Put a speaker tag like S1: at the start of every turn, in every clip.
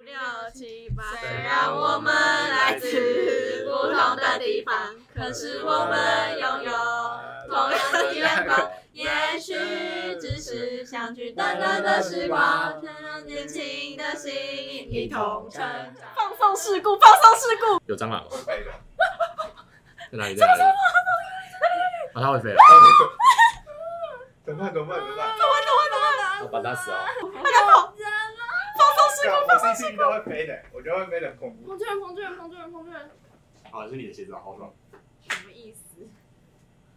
S1: 六七八，
S2: 虽然我们来自不同的地方，可是我们拥有
S3: 哦
S2: 同样的眼光。也许只是相聚短短的时光，让年轻的心一同成长。
S1: 放送事故，放送事故，
S4: 有蟑螂哦，
S5: 我背的，
S4: 在哪里？在哪里？把它会飞了，啊
S5: 怎么办？怎么办？怎么办？
S4: 我把它死哦。
S1: 快点跑！
S5: 对啊我是一定都会飞的，我觉得会飞的很恐怖。
S1: 彭志远，彭志远，彭志远，彭志远，
S4: 好，是你的鞋子，好爽。
S1: 什么意思？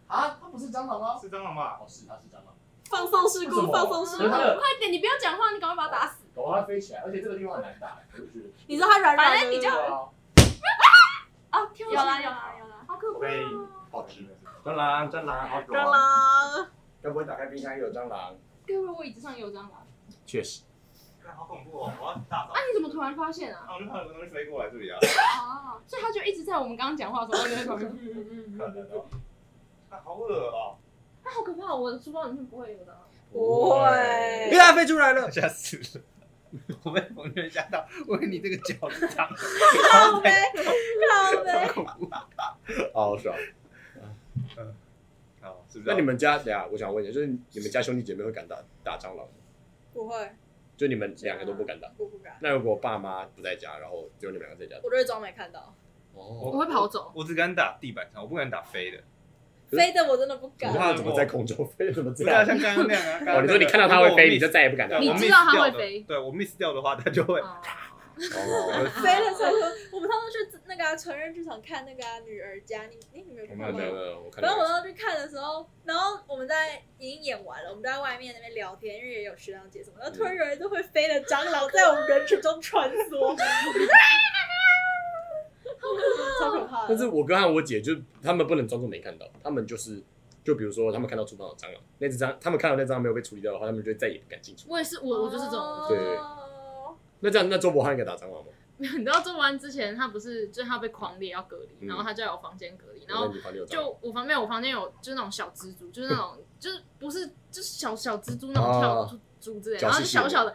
S6: 啊，它不是蟑螂吗？
S5: 是蟑螂吧？
S6: 哦，是，它是蟑螂。
S1: 放送事
S6: 为什
S1: 故，
S6: 么
S1: 放送事
S6: 可是
S1: 故！
S6: 它的
S1: 快点，你不要讲话，你赶快把他打死！
S6: 狗它飞起来，而且这个地方很难打，我就觉得。
S1: 你说他软软的，
S7: 反正你就
S1: 对不对
S6: 啊，
S1: 啊，跳
S7: 有啦有啦
S1: 有啦，
S7: 好可
S5: 我被
S6: 好吃。
S4: 蟑螂，蟑螂，好
S1: 蟑。螂，
S5: 要不会打开冰箱有蟑螂？
S1: 各位，我椅子上有蟑螂，
S4: 确实，
S5: 好恐怖哦！我要大扫
S1: 啊，你怎么突然发现啊？
S5: 啊，我就怕有个东西飞过来这里啊！
S1: 啊，所以他就一直在我们刚刚讲话的时候，就在旁边， 嗯嗯嗯嗯嗯，
S5: 啊，好恶哦！
S1: 啊，好可怕！我的啊书包里面不会有蟑螂。
S5: 不会
S4: 因为它飞出来了。
S3: 吓死了！我被冯娟吓到，我以为你这个脚是长的，
S2: 靠背，靠
S3: 好恐怖！
S4: 好爽。
S5: 好，是不
S4: 那你们家，等一下我想问一下，就是你们家兄弟姐妹会敢打打蟑螂吗？
S2: 不会，
S4: 就你们两个都不敢打。
S2: 不不敢，
S4: 那如果爸妈不在家，然后只有你们两个在家，
S2: 我就会装没看到。
S4: 哦，
S1: 我会跑走，
S3: 我只敢打地板上，我不敢打飞的，
S4: 可是
S2: 飞的我真的不
S4: 你
S2: 敢
S4: 知道，它怎么在空中飞？怎么知
S3: 不
S4: 道
S3: 要？像刚刚那样啊刚刚那
S4: 哦，
S3: 样。
S4: 你说你看到它会飞，你就再也不敢打
S3: 对
S1: 你
S4: 了。
S3: 我
S1: 知道它
S3: miss 掉
S1: 会
S3: 的
S1: 飞
S3: 对我 miss 掉的话，它就会
S1: 哦
S4: 哦，
S1: 啊
S2: 飞了才说。我们上次去那个啊成人剧场看那个啊女儿家，你你你没有看
S4: 我没有没有
S2: 吗？
S4: 没有，我看
S2: 然后我
S4: 到
S2: 当时去看的时候，然后我们在已经演完了，我们在外面那边聊天，因为也有学长姐什么的，然后突然有一只会飞的蟑螂在我们人群中穿梭，我觉得 超可怕的。
S4: 但是我哥和我姐就他们不能装作没看到，他们就是就比如说他们看到厨房有蟑螂，那只蟑他们看到那蟑螂没有被处理掉的话，他们就再也不敢进厨。
S1: 我也是，我我就是这种。
S4: 对
S2: 哦
S4: 那这样，那周伯翰敢打蟑螂吗？
S1: 你知道做完之前，他不是就是他被狂烈要隔离，
S4: 嗯
S1: 然后他就在我房间隔离，然后
S4: 你房里有蟑螂，
S1: 就我房间，我房间有就是那种小蜘蛛，就是那种就是不是就是小小蜘蛛那种跳蛛蛛之类的，
S4: 小
S1: 然后
S4: 细
S1: 就
S4: 细的
S1: 小小的，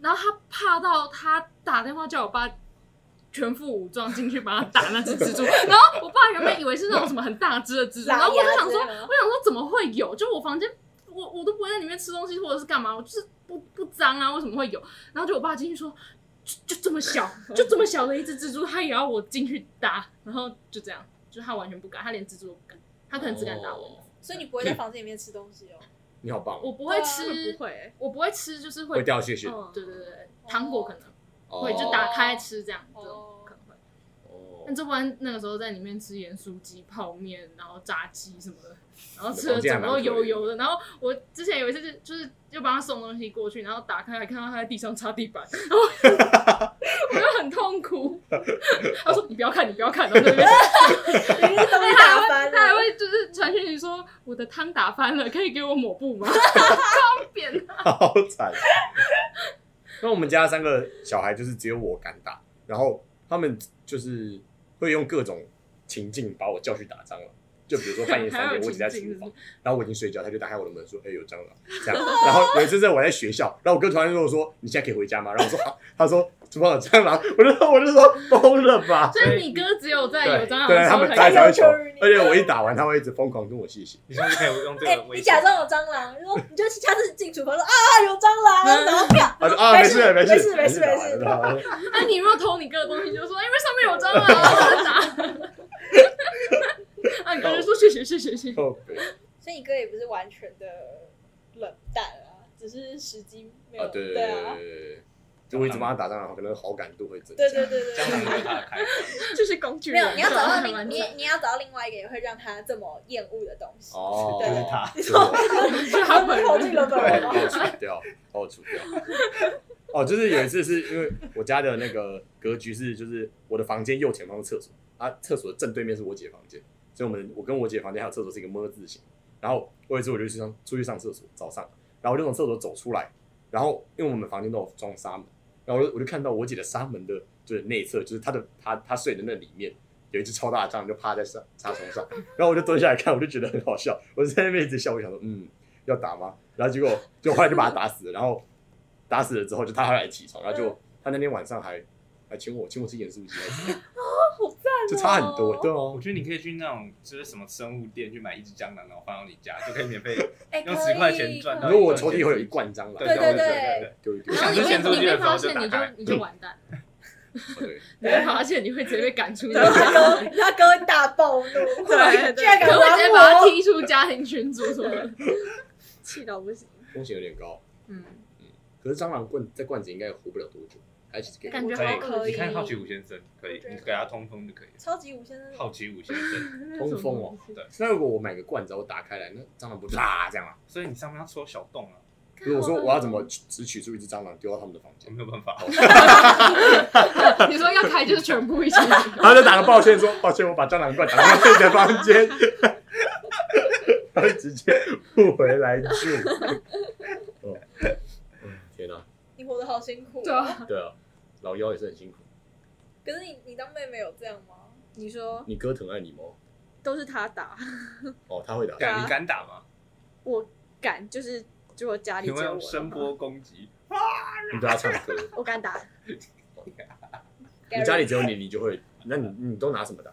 S1: 然后他怕到他打电话叫我爸全副武装进去帮他打那只蜘蛛，然后我爸原本以为是那种什么很大只的蜘蛛，然后我就想
S2: 拉
S1: 说，
S2: 牙之类的
S1: 我想说怎么会有？就我房间，我我都不会在里面吃东西或者是干嘛，我就是不不脏啊，为什么会有？然后就我爸进去说，就就这么小，就这么小的一只蜘蛛，他也要我进去打，然后就这样，就他完全不敢，他连蜘蛛都不敢，他可能只敢打蚊子。
S4: 哦
S2: 所以你不会在房间里面吃东西哦？
S4: 你好棒哦，
S1: 我不会
S2: 对
S1: 吃
S2: 啊，不会，
S1: 我不会吃，就是会
S4: 会掉屑屑，
S1: 对对对，糖果可能
S4: 哦
S1: 会就打开吃这样，这种
S2: 哦
S1: 可能会。
S4: 哦
S1: 但这不然那个时候在里面吃盐酥鸡、泡面，然后炸鸡什么的，然后吃
S4: 我
S1: 的
S4: 记得
S1: 整
S4: 还蛮
S1: 个都油油的。然后我之前有一次就就是就帮他送东西过去，然后打开来看到他在地上擦地板，然后 我就很痛苦。他说：“你不要看，你不要看。”然 后在那边
S2: 你是东西打翻
S1: 他还
S2: 了。
S1: 会就是传讯息说：“我的汤打翻了，可以给我抹布吗？” 方便。
S4: 好惨。那我们家三个小孩就是只有我敢打，然后他们就是会用各种情境把我叫去打蟑螂。就比如说半夜三
S1: 还有
S4: 点，我
S1: 情
S4: 已经在
S1: 境
S4: 厨
S1: 是
S4: 房
S1: 不，
S4: 然后我已经睡觉，他就打开我的门说：“哎、有蟑螂。”这样，然后有一次在我在学校，然后我哥突然跟我说：“你现在可以回家吗？”然后我说：“好。”他说：“厨房有蟑螂。”我就说：“我就说 疯了吧
S1: 所以你哥只有在有
S2: 啊
S1: 蟑螂
S4: 对
S1: 的时候
S4: 他们
S1: 才
S4: 他才会求
S2: 求于你，
S4: 而且我一打完，他会一直疯狂跟我 谢谢。
S3: 你是不是可以用这
S2: 哎
S3: 个，
S2: 你
S3: 威胁
S2: 假？装有蟑螂，你说你就下次进厨房说啊有蟑螂，然后啪，
S4: 他说：“啊，没事，
S2: 没
S4: 事，
S2: 事
S4: 没
S2: 没事
S4: 打
S2: 没
S4: 完
S2: 事
S4: 了打完了
S1: 那啊你如果偷你哥的东西，你就说哎因为上面有蟑螂， 我打。啊，你哥就说谢谢谢 谢谢谢。
S4: 靠北
S2: 所以你哥也不是完全的冷淡啊，只是时机没有
S4: 啊，对对
S2: 对
S4: 对
S2: 啊，
S4: 对，就我一直帮他打蟑螂，可能好感度会增加。
S2: 对对对对
S3: 蟑
S2: 对。
S3: 螂就是它的开关。
S1: 就是工具
S2: 没
S1: 人
S2: 有，你要找到
S1: 还
S2: 另
S1: 蛮
S2: 你你要找到另外一个也会让他这么厌恶的东西，
S4: 哦，
S2: 对对对
S4: 他，
S1: 就他本
S2: 靠近
S1: 人。
S2: 了本啊人
S4: 把
S2: 吗？
S4: 我除掉，把我除掉。哦，就是有一次是因为我家的那个格局是，就是我的房间右前方是厕所，啊，厕所的正对面是我姐房间，所以我们我跟我姐房间还有厕所是一个么字形。然后我有一次我就去上出去上厕所，早上，然后我就从厕所走出来，然后因为我们房间都有装纱门，然后我就我就看到我姐的纱门的就是内侧，就是她的她她睡的那里面有一只超大的蟑螂就趴在纱纱床上， 然后我就蹲下来看，我就觉得很好笑，我就在那边一直笑，我想说嗯要打吗？然后结果就后来就把它打死了，然后打死了之后就他后来起床，然后就他那天晚上还来请我，请我吃盐酥鸡， 还是怎么样
S2: 好赞哦，
S4: 就差很多，对哦
S3: 我。觉得你可以去那种就是什么生物店去买一只蟑螂，然后放到你家就可以免费。
S2: 哎，
S3: 用
S2: 可
S3: 10块
S2: 以
S3: 钱赚
S4: 你
S3: 到
S4: 说我抽屉会有一罐蟑螂，
S2: 对对对
S4: 丢一丢
S1: 然。
S3: 想
S1: 后
S3: 吃
S1: 你会
S3: 咸酥
S1: 你
S3: 鸡的
S1: 会
S3: 时候
S1: 发
S3: 就
S1: 现你
S3: 打开
S1: 就你就完蛋，
S4: 对，
S1: 你会发现你会直接被赶出家
S2: 对，他哥 他哥大暴怒，
S1: 对
S2: 居然
S1: 可
S2: 敢
S1: 能会直接把
S2: 玩
S1: 他
S2: 我，
S1: 踢出家庭群组什么的。
S2: 气到不行。
S4: 风险有点高。
S1: 嗯，
S4: 可是蟑螂罐在罐子应该也活不了多久，还是给
S1: 感觉
S2: 我觉得
S1: 好恶
S2: 可以
S3: 你看好奇五先生可以，
S2: 我觉得
S3: 你给他通风就可以了。
S2: 超级五先生，
S3: 好奇五先 生，
S4: 通风哦。那如果我买个罐子，我打开来，那蟑螂不啦这样啊？
S3: 所以你上面要戳小洞啊，
S4: 如果说我要怎么只取出一只蟑螂丢到他们的房
S3: 我
S4: 间，
S3: 没有办法。
S1: 你说要开就是全部一起，
S4: 他啊就打个抱歉说：“抱歉，我把蟑螂罐打到你的房 间。”他就直接不回 来住。哦，嗯天哪、
S2: 你活得好辛苦。
S1: 对啊，
S4: 对啊，老妖也是很辛苦。
S2: 可是你你当妹妹有这样吗？你说
S4: 你哥疼爱你吗？
S2: 都是他打，
S4: 哦，他会打。
S2: 对啊
S3: 敢你敢打吗？
S2: 我敢就是如果家里
S3: 你
S2: 只
S3: 会
S2: 有我
S3: 用
S2: 的话
S3: 声，波攻击？
S4: 你对他唱 歌。
S2: 我敢打。
S4: 你家里只有你，你就会。那你你都拿什么打？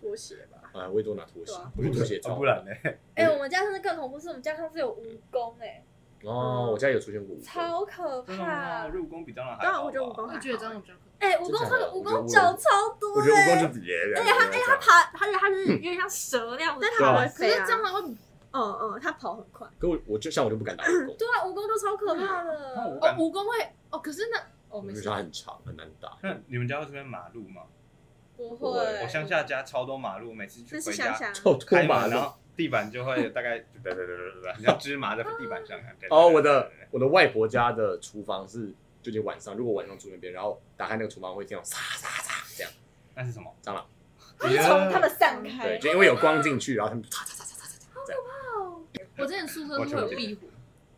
S2: 拖鞋吧？
S4: 啊，我也都拿拖鞋
S2: 对啊，
S4: 我觉得拖鞋
S3: 啊
S4: 超
S3: 不。然呢？
S2: 哎、我们家上次更恐怖，是我们家上次有蜈蚣、哎，
S4: 哦，我家有出现过。
S2: 超可
S3: 真的吗？
S2: 怕。
S3: 入宫比蟑螂还
S2: 当然，
S3: 好吧。啊
S2: 我觉得蜈蚣还
S1: 我
S2: 好
S1: 觉得这样比较可
S2: 哎、蜈蚣它的蜈
S4: 我觉
S2: 蚣
S4: 得蜈蚣
S2: 脚超多
S4: 我
S2: 的、
S4: 觉得蜈蚣
S2: 欸，
S4: 就别人。
S2: 而且它，而且它爬，而且它就是有点像蛇那样子，但它还会
S1: 怕。可
S2: 飞
S1: 是
S2: 啊。
S1: 蟑螂会
S2: 嗯嗯，它跑很快。
S4: 可我我就像我就不敢打蜈蚣，
S2: 对啊，蜈蚣都超可怕
S3: 那
S2: 的。
S3: 我
S1: 哦
S3: 敢，。
S1: 蜈蚣会哦，可是那哦
S4: 因
S1: 没
S4: 为
S1: 事
S4: 它，很长很难打。
S3: 那你们家会这边马路吗？
S2: 不
S4: 我
S2: 会，
S3: 我乡下家超多马路，每次去
S2: 这是
S3: 回
S2: 乡
S3: 家
S2: 下。
S4: 超多
S3: 开
S4: 马
S3: 门，然
S4: 路。
S3: 后地板就会大 概对对对对对，你像芝麻在地板 上。
S4: 哦，我的我的外婆家的厨房是就近晚上，如果晚上住那边，然后打开那个厨房会听到沙沙沙这样，
S3: 那是什么？
S4: 蟑螂
S2: 它是从它们散开
S4: 对，，就因为有光进去，然后他们嚓嚓嚓嚓嚓嚓，
S1: 我之前宿舍都会有壁虎，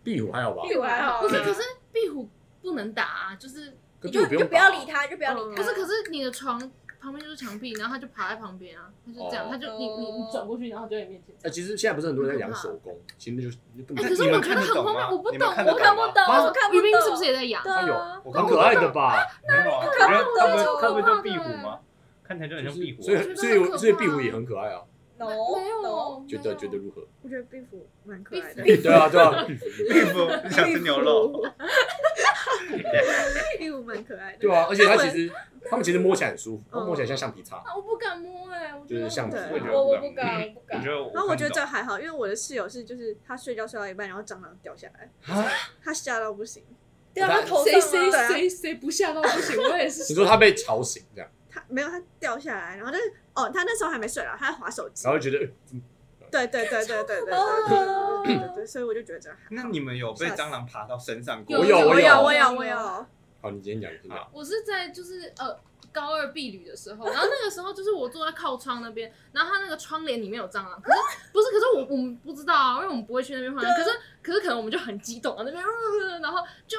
S4: 壁虎还好吧？
S2: 壁虎还好啊，
S1: 不是，可是壁虎不能打啊，就是
S4: 可
S2: 你
S4: 壁
S2: 就
S4: 虎
S2: 你就
S4: 用
S2: 不要
S4: 打，
S2: 理它，就不要理它。
S1: 嗯可是可是你的床旁边就是墙壁，然后它就爬在旁边啊，它就这样，
S4: 哦
S1: 它就你你你转过去，然后它就在你面前这
S4: 呃，
S1: 样。
S4: 其实现在不是很多人在养手工，其实那
S2: 嗯
S4: 就是那
S1: 哎，
S4: 根本
S1: 可
S4: 就是
S3: 你
S1: 我
S3: 们
S1: 觉得
S3: 看得
S1: 很
S3: 懂
S1: 荒
S3: 吗
S1: 谬，我不
S3: 你们
S1: 懂，
S3: 看
S2: 我
S3: 得
S2: 看不
S3: 吗
S2: 懂，
S4: 啊
S2: 我看不
S1: 于
S2: 懂。
S1: 冰是不是也在养
S2: 对？
S4: 它
S2: 啊，
S4: 有很
S3: 我看
S4: 可爱的吧？
S3: 没有啊，我觉得它们它们叫壁虎吗？看起来就很
S4: 就
S3: 像
S4: 是
S3: 壁虎
S4: 所
S3: 啊。
S4: 以所以所以壁虎也很可爱啊，
S2: no
S1: 没
S2: no，
S1: 有，啊
S4: 觉得觉得如何？
S2: 我觉得壁虎蛮可
S1: 壁
S2: 爱的。
S1: 虎
S4: 对啊对 啊，
S3: 壁虎你想吃牛肉，，
S2: 壁虎蛮可爱的。
S4: 对啊，而且它其实它们其实摸起来很舒
S2: 嗯
S4: 服，它摸起来像橡皮擦，
S1: 啊，我不敢摸哎，我
S4: 就是橡皮
S2: 对，
S3: 我觉得
S2: 我
S3: 不
S2: 我
S3: 敢
S2: 不敢，我不
S3: 我
S2: 敢
S3: 觉。
S4: 嗯
S3: 得我
S2: 然后我觉得
S3: 看
S2: 这还好，因为我的室友是就是他睡觉睡到一半，然后蟑螂掉下来，他吓到不行，掉到他头上吗
S1: 谁谁
S2: 对啊
S1: 谁谁不吓到不行，我也是
S4: 你说它被吵醒这样，
S2: 他没有他掉下来，然后就是哦，他那时候还没睡了，他在划手机
S4: 然。后就觉得呃
S2: 对对对对对对对
S1: 哦
S2: 对对对对，所以我就觉得这样还
S3: 懂。那你们有被蟑螂爬到身上过？
S1: 有
S4: 有
S2: 我
S4: 有
S2: 我有我有，
S4: 好，你今天讲听讲。
S1: 我是在就是呃高二避旅的时候，然后那个时候就是我坐在靠窗那边，然后它那个窗帘里面有蟑螂，可是不是，可是我我们不知道啊，因为我们不会去那边放
S2: 对
S1: 可是可是可能我们就很激动啊，那边、呃然后就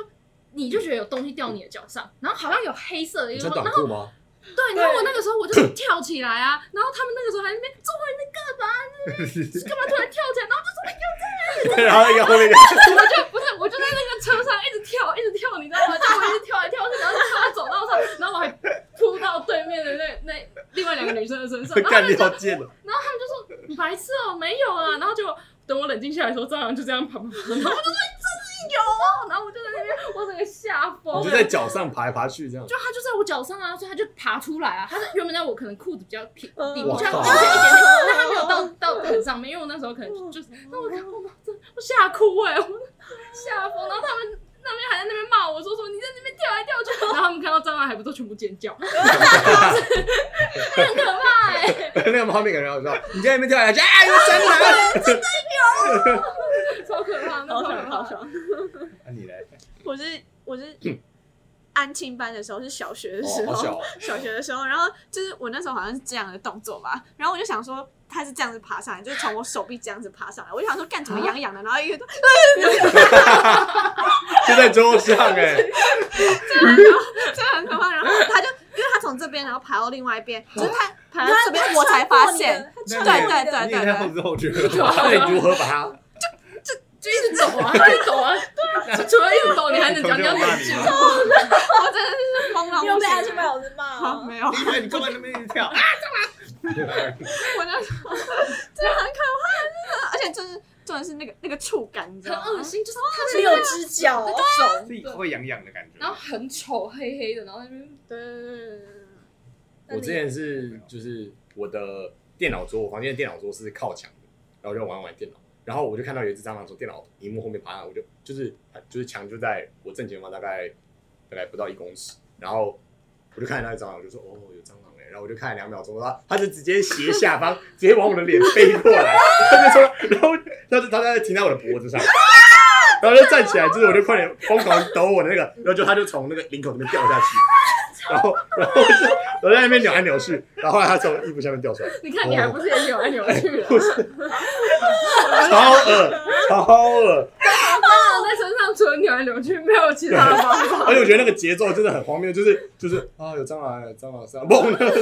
S1: 你就觉得有东西掉你的脚上，然后好像有黑色
S2: 哎
S1: 的一
S4: 你
S1: 个
S4: 穿
S1: 东西，然
S4: 短
S1: 后
S4: 裤吗？
S1: 对，然后我那个时候我就跳起来啊，然后他们那个时候还在那边中文在干嘛？你干嘛突然跳起来？然后就说
S4: 然后一个后面一个，
S1: 我就不是，我就在那个车上一直跳，一直跳，你知道吗？就我一直跳来跳去，然后跳到走道上，然后我还扑到对面的那那另外两个女生的身上，然后他们
S4: 干你
S1: 就
S4: 好贱 哦！
S1: 然后他们就说你白痴哦、没有啊，然后就等我冷静下来的时候，蟑螂就这样跑跑跑，然后我就说真的有哦、然后我就在那边，我整个吓疯
S4: 你就
S1: 了
S4: 在。脚上爬来爬去这样
S1: 就。它就在我脚上啊，所以它就爬出来啊。它是原本在我可能裤子比较平
S2: 嗯
S1: 底部，这样
S4: 哇
S1: 凹陷一点点，但它没有到到很上面，因为我那时候可能就是，
S2: 嗯
S1: 那我看我真的我吓哭哎、我 吓疯。然后他们那边还在那边骂我说说你在那边跳来跳去，然后他们看到蟑螂还不都全部尖叫， 很可怕哎、
S4: 那个画面感觉好笑，你在那边跳下去，哎，有蟑螂！
S1: 超可怕，那
S2: 好
S1: 超可
S2: 爽好
S1: 怕。
S2: 爽。
S3: 那你嘞？
S2: 我是我是安庆班的时候是小学的时
S4: 哦，
S2: 候，
S4: 好小哦，
S2: 小学的时候，然后就是我那时候好像是这样的动作吧，然后我就想说他是这样子爬上来，就是从我手臂这样子爬上来，我就想说干怎么痒痒的，然后一个
S4: 就在桌上
S3: 欸
S4: 哎，
S2: 真的很可啊怕，然后他就因为他从这边然后爬到另外一边，就是他爬到
S1: 他
S2: 这边我才发现，
S3: 那
S2: 对
S3: 你也
S2: 对对
S3: 你也太后
S2: 对
S3: 知后觉
S4: 那
S3: 了。
S4: 你如何把它？
S1: 就一直抖啊，一直抖啊，对，除了一直抖，你还能讲讲哪句？
S7: 疯了，
S2: 你有被安
S7: 去
S2: 全帽老师骂啊
S7: 好，
S2: 吗？
S7: 没有，我
S3: 因为你根本那边一直跳，
S7: 那时候真的很可怕，真的，而且就是重点是那个那个触感，你知
S1: 很
S7: 道吗？
S1: 恶心，就是它
S2: 它
S1: 是
S2: 没有哦直角，
S1: 手，
S3: 自己会痒痒的感觉。
S1: 然后很丑，黑黑的，然后那边
S7: 对对对对对
S2: 那
S4: 我
S2: 你
S4: 之前是就是我的电脑桌，我房间的电脑桌是靠墙的，然后就玩玩电脑，然后我就看到有一只蟑螂从电脑荧幕后面爬上来，我就就是就是墙就在我正前方大概大概不到一公尺，然后我就看到那只蟑螂，我就说哦有蟑螂哎、然后我就看了两秒钟，然后它就直接斜下方直接往我的脸飞过来，它就说，然后它就它它就停在我的脖子上。然后就站起来，就是我就快点疯狂抖我的那个，然后就它就从那个领口那边掉下去，然后然后就我在那边扭来扭去，然后后来他从衣服下面掉出来，
S1: 你看你还 不是也扭来扭去的，啊
S4: 超恶，超恶，
S1: 放在身上除了扭来扭去没有其他的方法。
S4: 而且我觉得那个节奏真的很荒谬，就是就是啊，有蟑螂，有蟑螂上蹦的，
S1: 最恶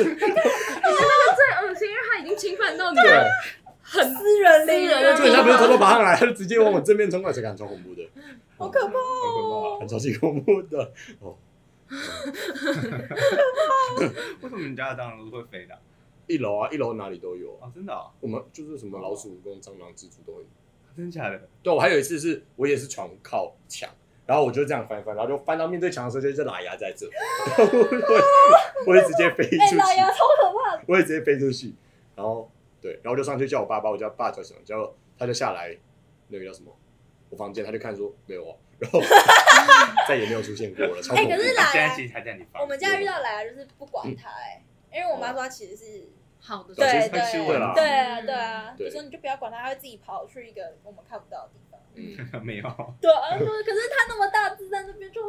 S1: 心，因为它已经侵犯到你
S4: 对
S1: 的，很
S2: 私人领域
S1: 私人
S4: 就人家不是偷偷爬上来，他就直接往我正面冲过来，这个很超恐怖的，
S2: 好可怕
S3: 好
S2: 哦！
S4: 很超级恐怖的，
S3: 为什么你家的蟑螂都是会飞的？
S4: 一楼啊，一楼哪里都有啊，
S3: 哦，真的哦，
S4: 我们就是什么老鼠、跟蟑螂、蜘蛛都有。
S3: 真的假的？
S4: 对，我还有一次是我也是床靠墙，然后我就这样翻一翻，然后就翻到面对墙的时候，就一只喇牙在这， 然后我我会直接飞出
S2: 哎，
S4: 去。
S2: 老牙超可怕的，
S4: 我也直接飞出去，然后对，然后我就上去叫我爸，把我叫爸叫醒，结果他就下来，那个叫什么，我房间，他就看说没有啊，然后 再也没有出现过了，超
S2: 哎
S4: 恐怖。
S2: 可是
S3: 我哦现在其实还在你
S4: 嗯
S2: 我
S3: 房
S2: 们
S3: 间，
S2: 家遇到来啊就是不管他，哎，因为我妈说她其实是
S1: 好的，
S4: 对
S2: 对
S4: 嗯其实很虚伪啦嗯
S2: 对对啊对啊，
S4: 对
S2: 就说你就不要管他，他会自己跑去一个我们看不到的地方。
S4: 嗯
S3: 没有。
S2: 对啊，可是可是他那么大只在那边就